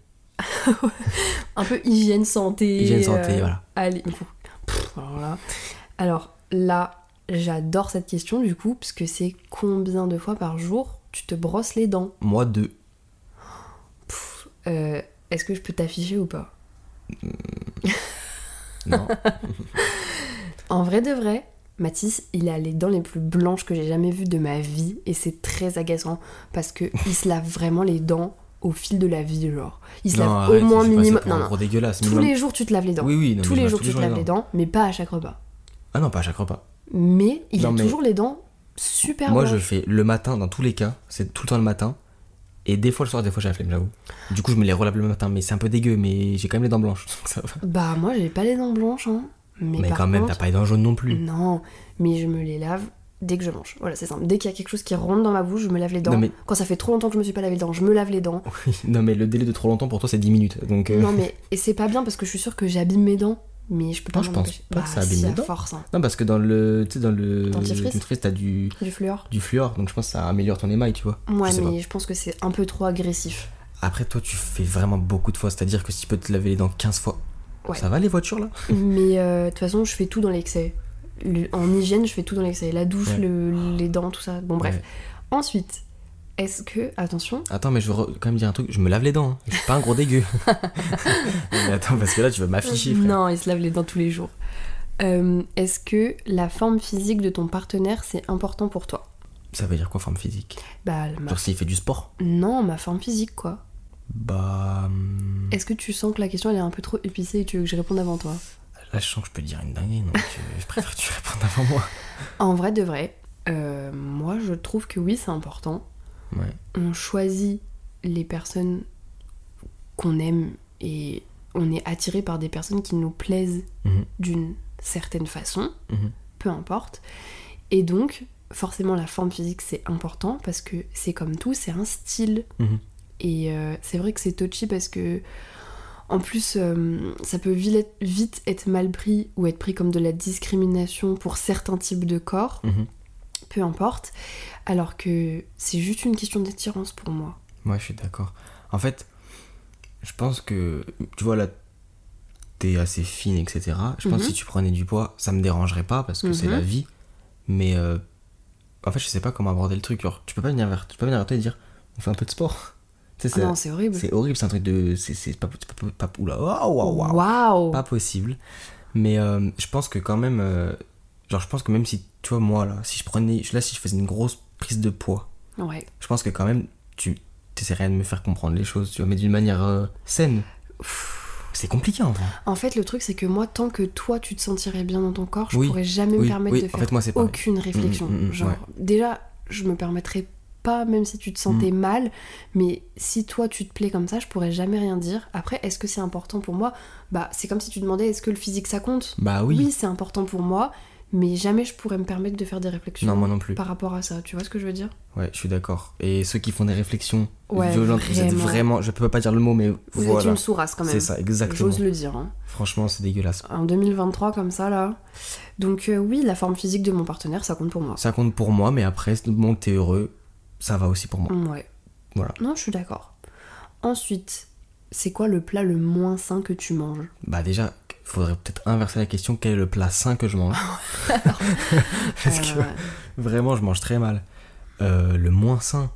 Un peu hygiène santé. Hygiène santé, euh, voilà. Allez, du coup. Pff, alors là. Alors là, j'adore cette question du coup, parce que c'est combien de fois par jour tu te brosses les dents Moi, deux. Pff, euh, Est-ce que je peux t'afficher ou pas Non. En vrai de vrai, Mathis, il a les dents les plus blanches que j'ai jamais vues de ma vie, et c'est très agaçant, parce que il se lave vraiment les dents au fil de la vie, genre. Il se non, lave arrête, au moins c'est passé minimum. pour Non, un non. gros dégueulasse. Tous minimum- les jours, tu te laves les dents. Oui, oui, non, tous mais je les lave jours, tu te laves les dents, mais pas à chaque repas. Ah non, pas à chaque repas. Mais il Non, a mais- toujours les dents super Moi, blanches. je fais le matin dans tous les cas. C'est tout le temps le matin. Et des fois le soir, des fois j'ai la flemme, j'avoue. Du coup, je me les relave le matin, mais c'est un peu dégueu, mais j'ai quand même les dents blanches. donc ça va. Bah moi j'ai pas les dents blanches hein. Mais, Mais, par quand même, contre, t'as Mhm. pas les dents jaunes non plus. non, mais je me les lave dès que je mange. Voilà, c'est simple. Dès qu'il y a quelque chose qui rentre dans ma bouche, je me lave les dents. Non, mais- Quand ça fait trop longtemps que je me suis pas lavé les dents, je me lave les dents. non, mais le délai de trop longtemps pour toi, c'est 10 minutes. Donc, euh, Non mais et c'est pas bien parce que je suis sûre que j'abîme mes dents, mais je peux pas Non, Ah, je m'en pense empêcher. pas que Bah, ça abîme si, les à dents. force hein. Non, parce que dans le, tu sais, dans le Dentifrice dentifrice, t'as du, du fluor. du fluor, donc je pense que ça améliore ton émail, tu vois. Moi Je sais mais je pense que c'est un peu trop agressif. pas. Après, toi, tu fais vraiment beaucoup de fois, c'est-à-dire que si tu peux te laver les dents 15 fois, Ouais. ça va les voitures là mais euh, de toute façon, je fais tout dans l'excès. Le- En hygiène, je fais tout dans l'excès, la douche, Ouais. le- les dents, tout ça. Bon bref. Ouais. Ensuite, est-ce que attention, Attends, mais je veux re- quand même dire un truc, je me lave les dents, hein. je suis pas un gros dégueu. mais attends, parce que là, tu vas m'afficher, frère. Non, il se lave les dents tous les jours. Euh, Est-ce que la forme physique de ton partenaire c'est important pour toi Ça veut dire quoi, forme physique Bah ma- Genre, s'il fait du sport non, ma forme physique quoi. Bah. hum, Est-ce que tu sens que la question elle est un peu trop épicée et tu veux que je réponde avant toi Là, je sens que je peux te dire une dinguerie, donc euh, je préfère que tu répondes avant moi. En vrai de vrai, euh, moi je trouve que oui c'est important. Ouais. On choisit les personnes qu'on aime et on est attiré par des personnes qui nous plaisent Mhm. d'une certaine façon. Mhm. peu importe. Et donc, forcément, la forme physique, c'est important parce que c'est comme tout, c'est un style. Mhm. Et euh, c'est vrai que c'est touchy parce que, En plus, euh, ça peut vil- vite être mal pris ou être pris comme de la discrimination pour certains types de corps, Mhm. peu importe, alors que c'est juste une question d'attirance pour moi. Moi, je suis d'accord. En fait, je pense que, tu vois, là, t'es assez fine, etc. Je pense Mhm. que si tu prenais du poids, ça me dérangerait pas parce que c'est Mhm. la vie. Mais euh, en fait, je sais pas comment aborder le truc. Genre, tu peux pas venir vers, tu peux pas venir vers toi et dire, on fait un peu de sport. Tu sais, Ah c'est- non, c'est horrible. c'est horrible, c'est un truc de. C'est c'est pas. c'est pas, pas oula, waouh, waouh, waouh. Waouh Pas possible. Mais euh, je pense que quand même. euh, genre, je pense que même si. Tu vois, moi, là, si je prenais. Là, si je faisais une grosse prise de poids, Ouais. je pense que quand même, tu essaierais de me faire comprendre les choses, tu vois, mais d'une manière euh, saine. C'est compliqué en vrai. En fait, le truc, c'est que moi, tant que toi, tu te sentirais bien dans ton corps, je Oui, pourrais jamais me oui, permettre oui, de en faire fait, moi, c'est pareil. aucune réflexion. mm, mm, Genre, ouais. déjà, je me permettrais pas, même si tu te sentais Mm. mal, mais si toi, tu te plais comme ça, je pourrais jamais rien dire. Après, est-ce que c'est important pour moi Bah, c'est comme si tu demandais est-ce que le physique, ça compte Bah oui. c'est important pour moi, mais jamais je pourrais me permettre de faire des réflexions non, moi non plus. par rapport à ça. Tu vois ce que je veux dire Ouais, je suis d'accord. Et ceux qui font des réflexions Ouais, violentes, vous êtes vraiment. vraiment. Je peux pas dire le mot, mais Vous êtes voilà. une sourasse quand même. C'est ça, exactement. J'ose le dire. hein. Franchement, c'est dégueulasse. En 2023, comme ça, là. Donc, euh, oui, la forme physique de mon partenaire, ça compte pour moi. Ça compte pour moi, mais après, du moment que t'es heureux, ça va aussi pour moi. Ouais. Voilà. Non, je suis d'accord. Ensuite, c'est quoi le plat le moins sain que tu manges Bah déjà, faudrait peut-être inverser la question, quel est le plat sain que je mange Parce que Euh, vraiment, je mange très mal. Euh, le moins sain,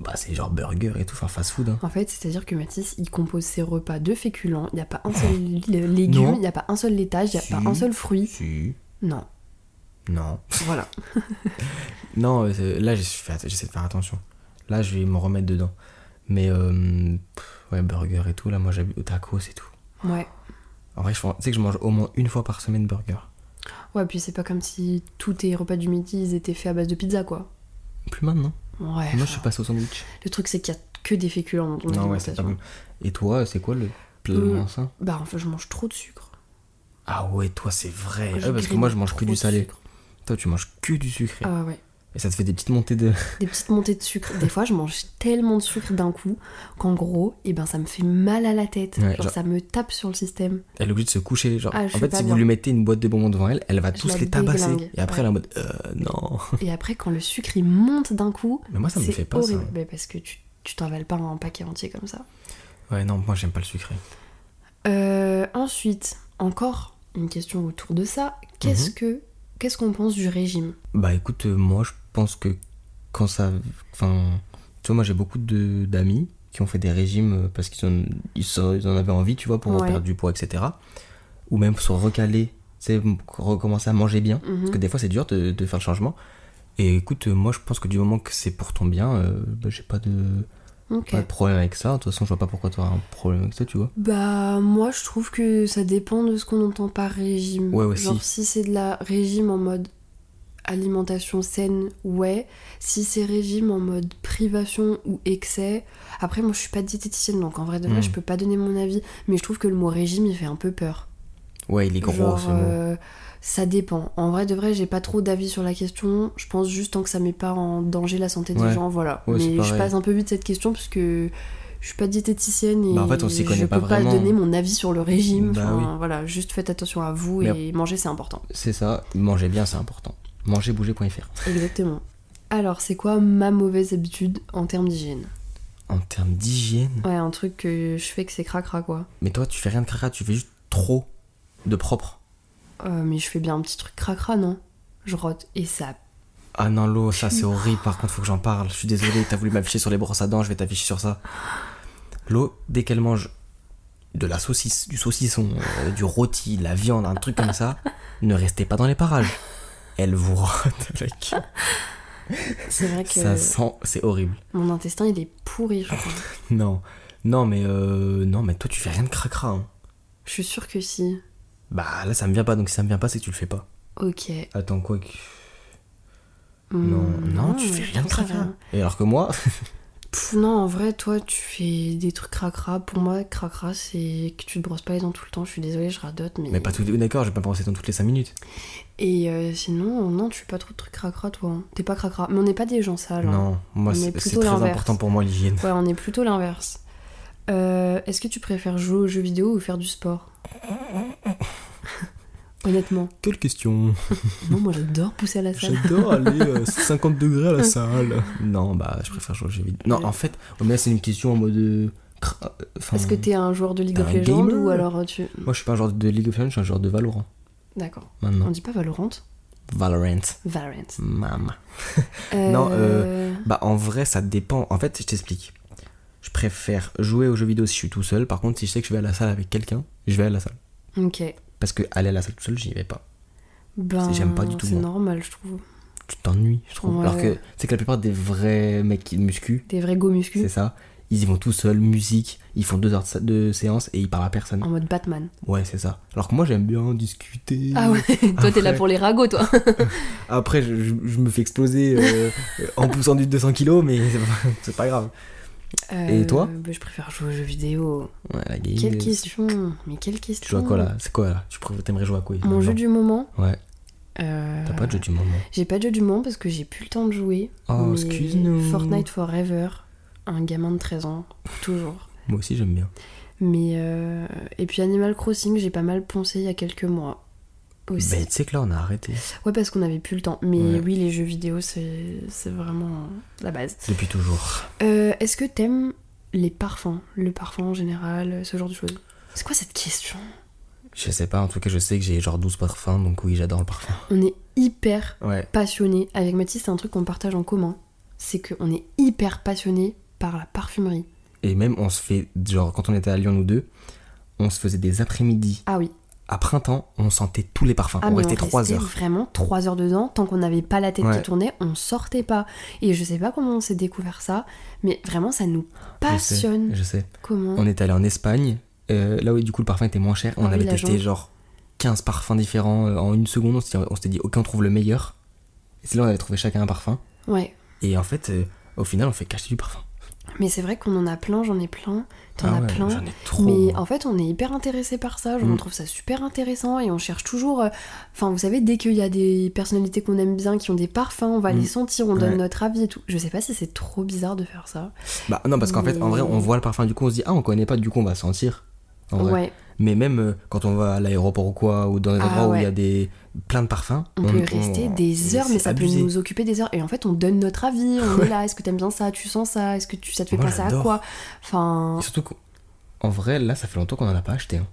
bah c'est genre burger et tout, enfin fast food. hein. En fait, c'est-à-dire que Mathis, il compose ses repas de féculents. Il n'y a pas un seul lé- légume, Non. il n'y a pas un seul laitage, il n'y a Si. pas un seul fruit. Si. Non, Non. voilà. Non, euh, c'est- là, je fais att- j'essaie de faire attention. Là, je vais me remettre dedans. Mais, euh, pff, ouais, burger et tout, là, moi, j'habite au tacos et tout. Ouais. En vrai, je pense- tu sais que je mange au moins une fois par semaine burger. Ouais, puis c'est pas comme si tous tes repas du midi, ils étaient faits à base de pizza, quoi. Plus maintenant. Ouais. Moi, je suis passé au sandwich. Le truc, c'est qu'il n'y a que des féculents dans ton Non, ouais, c'est pas alimentation. bon. Et toi, c'est quoi le plat le Euh, moins sain bah, enfin, je mange trop de sucre. Ah ouais, toi c'est vrai. Je Ah, Ouais, parce que grille moi je mange que trop du de salé. sucre. Toi tu manges que du sucré. Ah ouais. Et ça te fait des petites montées de... des petites montées de sucre. Des fois, je mange tellement de sucre d'un coup qu'en gros, eh ben, ça me fait mal à la tête. Ouais, genre, genre- ça me tape sur le système. Elle est obligée de se coucher. Genre, Ah, je en suis fait pas si bien. vous lui mettez une boîte de bonbons devant elle, elle va Je tous la les tabasser. déglingue. Et Ouais. après elle est en mode... Euh non. Et après, quand le sucre il monte d'un coup, Mais moi ça me c'est fait pas horrible. ça. Mais parce que tu tu t'avales pas un paquet entier comme ça. Ouais non, moi j'aime pas le sucré. Euh, ensuite, encore une question autour de ça. Mhm. Qu'est-ce que qu'est-ce qu'on pense du régime Bah écoute, euh, moi je pense que quand ça... Enfin, tu vois moi j'ai beaucoup de- d'amis qui ont fait des régimes euh, parce qu'ils en, ils sont- ils en avaient envie, tu vois, pour Ouais. perdre du poids, etc. Ou même se recaler, tu sais, recommencer à manger bien. Mhm. Parce que des fois, c'est dur de, de faire le changement. Et écoute, euh, moi, je pense que du moment que c'est pour ton bien, euh, bah, j'ai pas de, Ok. pas de problème avec ça. De toute façon, je vois pas pourquoi tu un problème avec ça, tu vois. Bah moi je trouve que ça dépend de ce qu'on entend par régime. Ouais, aussi. Genre si c'est de la régime en mode alimentation saine, ouais. Si c'est régime en mode privation ou excès, après moi je suis pas diététicienne donc en vrai de vrai Mm. je peux pas donner mon avis, mais je trouve que le mot régime il fait un peu peur. Ouais, il est gros, Genre, ce mot. euh, ça dépend. En vrai de vrai j'ai pas trop d'avis sur la question, je pense juste tant que ça met pas en danger la santé des Ouais. gens, voilà. Ouais, c'est mais je pareil. passe un peu vite cette question parce que je suis pas diététicienne et Bah, en fait, on s'y connaît je pas peux vraiment. pas donner mon avis sur le régime. Bah Enfin, Voilà, juste faites attention à vous Mais- et manger c'est important. C'est ça, manger bien, c'est important. Mangerbouger.fr. Exactement. Alors, c'est quoi ma mauvaise habitude en termes d'hygiène En termes d'hygiène, Ouais, un truc que je fais que c'est cracra quoi. mais toi, tu fais rien de cracra, tu fais juste trop de propre. Euh, mais je fais bien un petit truc cracra, non Je rote et ça. Ah non, l'eau, ça c'est horrible, par contre, faut que j'en parle. Je suis désolé, t'as voulu m'afficher sur les brosses à dents, je vais t'afficher sur ça. L'eau, dès qu'elle mange de la saucisse, du saucisson, euh, du rôti, de la viande, un truc comme ça, ne restez pas dans les parages. Elle vous rote la gueule. C'est vrai que Ça sent, c'est horrible. mon intestin il est pourri, je crois. Non, non, mais euh, non, mais toi tu fais rien de cracra. hein. je suis sûre que si. Bah là, ça me vient pas, donc si ça me vient pas, c'est que tu le fais pas. Ok. Attends, quoi que. Hmm, Ah, Non, non, tu fais rien de ça va. cracra. Et alors que moi, Pff, non, en vrai, toi, tu fais des trucs cracra. Pour moi, cracra, c'est que tu te brosses pas les dents tout le temps. Je suis désolée, je radote, mais. mais pas tout, oh, d'accord, je vais pas penser dans toutes les 5 minutes. Et euh, sinon, non, tu fais pas trop de trucs cracra, toi. hein. T'es pas cracra. Mais on n'est pas des gens sales. hein. Non, On moi est c'est c'est plutôt très l'inverse. important pour moi l'hygiène. Ouais, on est plutôt l'inverse. Euh, Est-ce que tu préfères jouer aux jeux vidéo ou faire du sport Honnêtement. Quelle question Non, moi j'adore pousser à la salle. J'adore aller euh, 50 degrés à la salle. Non, bah, je préfère jouer aux jeux vidéo. Non, en fait, oh, mais là, c'est une question en mode. euh, cra- euh, enfin, Est-ce que t'es un joueur de League T'es of un Legends gamer ou alors euh, tu. Moi, je suis pas un joueur de League of Legends, je suis un joueur de Valorant. D'accord. On Maintenant. dit pas Valorant Valorant. Valorant. Maman. Non, Euh, Bah, en vrai, ça dépend. En fait, je t'explique. Je préfère jouer aux jeux vidéo si je suis tout seul. Par contre, si je sais que je vais à la salle avec quelqu'un, je vais à la salle. Ok. Parce que aller à la salle tout seul, j'y vais pas. Ben, j'aime pas du tout, C'est moi. normal, je trouve. Tu t'ennuies, je trouve. Ouais. Alors que c'est que la plupart des vrais mecs qui muscu, Des vrais go c'est muscu ça. Ils y vont tout seuls, musique, ils font deux heures de, sa- de séance et ils parlent à personne. en mode Batman. Ouais, c'est ça. Alors que moi, j'aime bien discuter. Ah ouais, toi t'es là Après- pour les ragots, toi. Après, je, je- je me fais exploser euh, en poussant du 200 kilos, mais c'est pas, c'est pas grave. Et toi Euh, ben, Je préfère jouer aux jeux vidéo. Ouais, la game, Quelle euh, question Mais quelle question Tu joues à quoi là C'est quoi là Tu préfères- t'aimerais jouer à quoi Mon maintenant jeu du moment. Ouais. Euh, T'as pas de jeu du moment. J'ai pas de jeu du moment parce que j'ai plus le temps de jouer. Oh, mais excuse-nous. Fortnite Forever, un gamin de 13 ans, toujours. Moi aussi j'aime bien. Mais euh, et puis Animal Crossing, j'ai pas mal poncé il y a quelques mois aussi. Mais Ben, tu sais que là on a arrêté. Ouais, parce qu'on avait plus le temps. Mais Ouais. oui, les jeux vidéo, c'est c'est vraiment la base. Depuis toujours. Euh, Est-ce que t'aimes les parfums Le parfum en général, ce genre de choses C'est quoi cette question Je sais pas, en tout cas je sais que j'ai genre 12 parfums, donc oui j'adore le parfum. On est hyper Ouais. passionné. Avec Mathis, c'est un truc qu'on partage en commun. C'est qu'on est hyper passionné par la parfumerie. Et même on se fait, genre quand on était à Lyon nous deux, on se faisait des après-midi. Ah oui. À printemps, on sentait tous les parfums. Ah, on mais restait 3 heures. vraiment 3 heures dedans. Tant qu'on n'avait pas la tête Ouais. qui tournait, on sortait pas. Et je sais pas comment on s'est découvert ça, mais vraiment, ça nous passionne. Je sais. Comment On est allé en Espagne, euh, là où du coup le parfum était moins cher, on Ah oui, avait la testé jungle. genre 15 parfums différents euh, en une seconde, on s'était on s'était dit ok on trouve le meilleur. Et c'est là on avait trouvé chacun un parfum. Ouais. Et en fait, euh, au final on fait qu'acheter du parfum. Mais c'est vrai qu'on en a plein, j'en ai plein, t'en Ah as ouais, plein. J'en ai trop. Mais moi. en fait, on est hyper intéressé par ça. Genre, Mm. On trouve ça super intéressant et on cherche toujours. euh, Enfin, vous savez, dès qu'il y a des personnalités qu'on aime bien, qui ont des parfums, on va Mm. les sentir, on donne Ouais. notre avis et tout. Je sais pas si c'est trop bizarre de faire ça. Bah non, parce qu'en fait, en vrai, on voit le parfum, du coup, on se dit, ah, on connaît pas, du coup, on va sentir. En vrai. Ouais, Mais même euh, quand on va à l'aéroport ou quoi, ou dans des Ah endroits où il y a ouais. des plein de parfums, on, peut rester des heures, mais ça peut nous occuper des heures. Et en fait, on donne notre avis. On est là. Est-ce que t'aimes bien ça Tu sens ça Est-ce que tu, ça te fait Moi, penser à j'adore. quoi Enfin, Et surtout qu'en vrai, là, ça fait longtemps qu'on en a pas acheté. hein.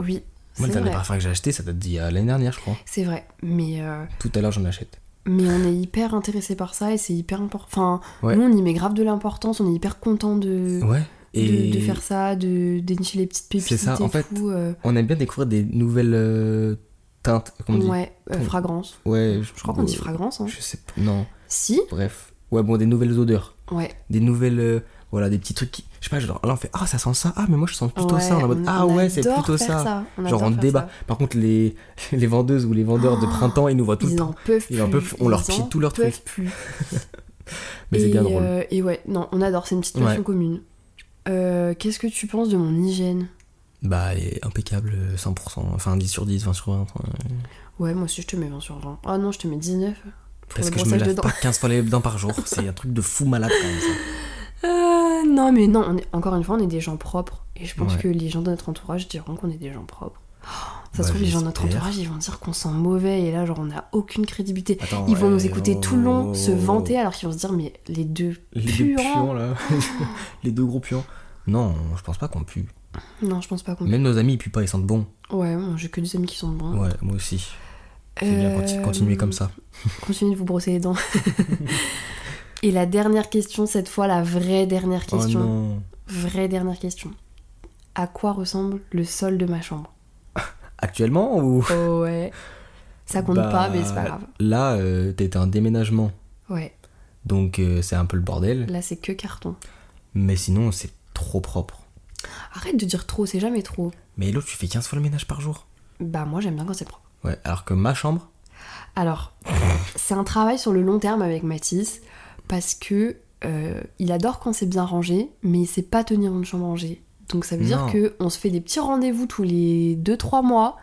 oui, Moi, c'est le dernier vrai. parfum que j'ai acheté, ça date d'il y a l'année dernière, je crois. C'est vrai. Mais euh, Tout à l'heure, j'en achète. mais on est hyper intéressé par ça et c'est hyper important. Enfin, Ouais. nous, on y met grave de l'importance. On est hyper content de. Ouais. Et de, de faire ça, de dénicher les petites pépites C'est ça, et en fait, tout. euh, on aime bien découvrir des nouvelles euh, teintes, comment on dit. ouais, euh, on- fragrance. Ouais, euh, Je crois qu'on dit fragrance. Hein. Je sais pas. Non, Si, bref. Ouais, bon, des nouvelles odeurs. ouais. des nouvelles euh, voilà des petits trucs qui je sais pas genre là on fait ah ça sent ça ah mais moi je sens plutôt Ouais, ça on est en mode on- ah on ouais c'est adore plutôt faire ça, On genre adore on faire débat ça. par contre les les vendeuses ou les vendeurs de Oh, printemps ils nous voient tout le Ils temps en peuvent plus. Ils en peuvent- on leur ils file en tout leur peuvent truc. plus. mais c'est et, bien drôle euh, et ouais, non, on adore, c'est une petite passion Ouais. commune. Euh, Qu'est-ce que tu penses de mon hygiène bah elle est impeccable euh, 100% enfin 10 sur 10 20 sur 20 euh, Ouais, moi aussi je te mets 20 sur 20. Ah non, je te mets 19 pour parce le que je me brossage lave de dents. pas 15 fois les dents par jour c'est un truc de fou malade quand même ça. Euh, non, mais non, on est- encore une fois, on est des gens propres. Et je pense Ouais. que les gens de notre entourage diront qu'on est des gens propres. Oh, ça Bah, se trouve, les gens de notre j'espère. entourage, ils vont dire qu'on sent mauvais et là, genre, on n'a aucune crédibilité. Attends, Ils vont nous ouais, écouter oh, tout le long, oh, se oh, oh. vanter, alors qu'ils vont se dire, mais les deux les deux puants. puants là les deux gros puants non je pense pas qu'on pue Non, je pense pas qu'on. même nos amis ils puent pas ils sentent bon Ouais, moi, j'ai que des amis qui sont bons. ouais moi aussi c'est bien Euh, conti- continuer comme ça Continuez de vous brosser les dents. et la dernière question, cette fois, la vraie dernière oh question. non vraie dernière question. À quoi ressemble le sol de ma chambre actuellement ou Oh ouais. Ça compte Bah, pas, mais c'est pas grave. Là, euh, t'es un déménagement, Ouais, donc euh, c'est un peu le bordel. là c'est que carton. Mais sinon, c'est trop propre. Arrête de dire trop, c'est jamais trop. Mais l'autre, tu fais 15 fois le ménage par jour. Bah moi j'aime bien quand c'est propre. Ouais, alors que ma chambre, Alors, c'est un travail sur le long terme avec Mathis, parce que euh, il adore quand c'est bien rangé, mais il sait pas tenir une chambre rangée. Donc ça veut dire Non. que on se fait des petits rendez-vous tous les 2-3 mois,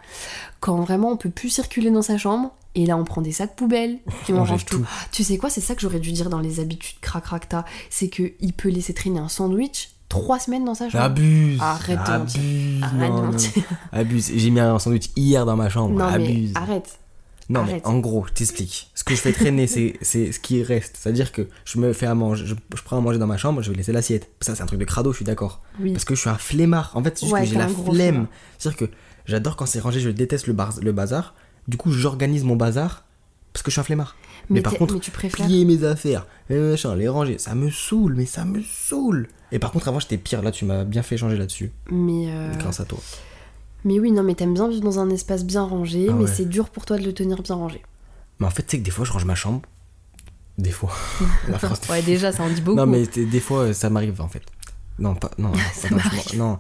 quand vraiment on peut plus circuler dans sa chambre, et là on prend des sacs poubelles, et on, On jette range tout. tout. Tu sais quoi, c'est ça que j'aurais dû dire dans les habitudes crac crac ta, c'est que il peut laisser traîner un sandwich trois semaines dans sa chambre. Abuse. Arrête de mentir. abuse. Arrête non, de non. mentir. Abuse. J'ai mis un sandwich hier dans ma chambre. Non, mais abuse. arrête. non arrête. mais en gros, je t'explique. Ce que je fais traîner, c'est c'est ce qui reste. C'est-à-dire que je me fais à manger, je, je prends à manger dans ma chambre, je vais laisser l'assiette. Ça c'est un truc de crado, je suis d'accord. Oui. Parce que je suis un flemmard. En fait, c'est juste Ouais, que j'ai t'es la un gros flemme. flemmard. C'est-à-dire que j'adore quand c'est rangé, je déteste le, bar- le bazar. Du coup, j'organise mon bazar parce que je suis un flemmard. Mais, Mais par t'es- contre, mais tu préfères- plier mes affaires, les machins, les ranger, ça me saoule, mais ça me saoule. Et par contre, avant, j'étais pire. Là, tu m'as bien fait changer là-dessus, Mais, euh, grâce à toi. mais oui, non, mais t'aimes bien vivre dans un espace bien rangé, Ah mais ouais. c'est dur pour toi de le tenir bien rangé. Mais en fait, tu sais que des fois, je range ma chambre. Des fois. La phrase de- Ouais, déjà, ça en dit beaucoup. Non, mais t- des fois, euh, ça m'arrive en fait. Non, pas. Non, Ça non, je- m'arrive. non.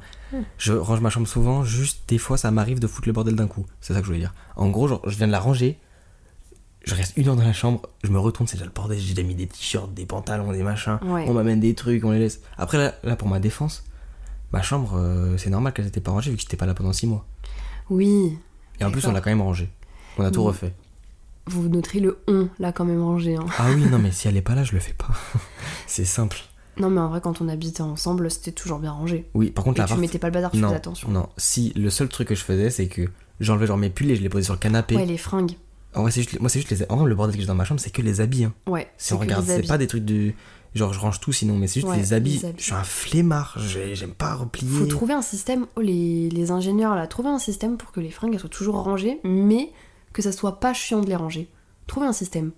je range ma chambre souvent, juste des fois, ça m'arrive de foutre le bordel d'un coup. C'est ça que je voulais dire. En gros, genre, je viens de la ranger, je reste une heure dans la chambre, je me retourne, c'est déjà le bordel, j'ai déjà mis des t-shirts, des pantalons, des machins, Ouais. on m'amène des trucs, on les laisse. Après, là, là, pour ma défense, ma chambre, euh, c'est normal qu'elle n'était pas rangée vu que j'étais pas là pendant 6 mois. Oui, Et en plus, D'accord. on Mm. l'a quand même rangée. On a tout Oui. refait. vous noterez le on là quand même rangé. hein. Ah oui, non, mais si elle est pas là, je le fais pas. c'est simple. Non, mais en vrai, quand on habitait ensemble, c'était toujours bien rangé. Oui, par contre, Et la tu mettais pas le bazar, tu non, faisais attention. Non, si le seul truc que je faisais, c'est que j'enlevais genre mes pulls et je les posais sur le canapé. Ouais, les fringues. En vrai, c'est juste, moi, c'est juste les. En vrai, le bordel que j'ai dans ma chambre, c'est que les habits. hein. Ouais, Si on que regarde, les c'est habits. pas des trucs de. Genre, je range tout sinon, mais c'est juste Ouais, les, habits. les habits. Je suis un flemmard, j'ai- j'aime pas replier. Faut trouver un système, oh, les, les ingénieurs là, trouver un système pour que les fringues elles soient toujours rangées, mais que ça soit pas chiant de les ranger. Trouver un système,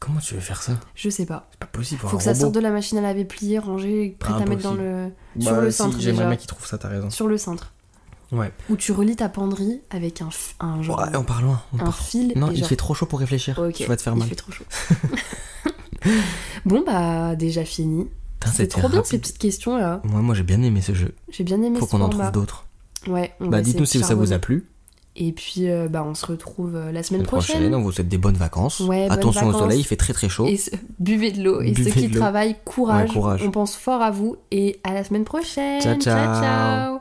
Comment tu veux faire ça je sais pas. C'est pas possible. Pour Faut un que ça robot. sorte de la machine à laver pliée, rangée, prête à mettre dans le. Bah, sur le si, cintre J'aimerais déjà. bien qu'ils trouvent ça, t'as raison. Sur le cintre. Ouais. Où tu relis ta penderie avec un, f- un genre. Ouais, on part loin. on un part- fil. Non, et il genre- fait trop chaud pour réfléchir. Ok, Tu vas te faire il mal. fait trop chaud. bon bah déjà fini. Putain, C'est c'était trop bien rapide. ces petites questions là. Moi, moi j'ai bien aimé ce jeu. J'ai bien aimé Faut ce qu'on en format. trouve d'autres. Ouais. on va Bah, essayer dites-nous de si ça vous charbonner. a plu. Et puis euh, bah on se retrouve euh, la semaine semaine prochaine. prochaine. On vous souhaite des bonnes vacances. Ouais, bonnes Attention vacances. au soleil, il fait très très chaud. Et ce- buvez de l'eau. Et ceux Buvez qui de l'eau. travaillent, courage. Ouais, courage. On pense fort à vous et à la semaine prochaine. Ciao, ciao. ciao.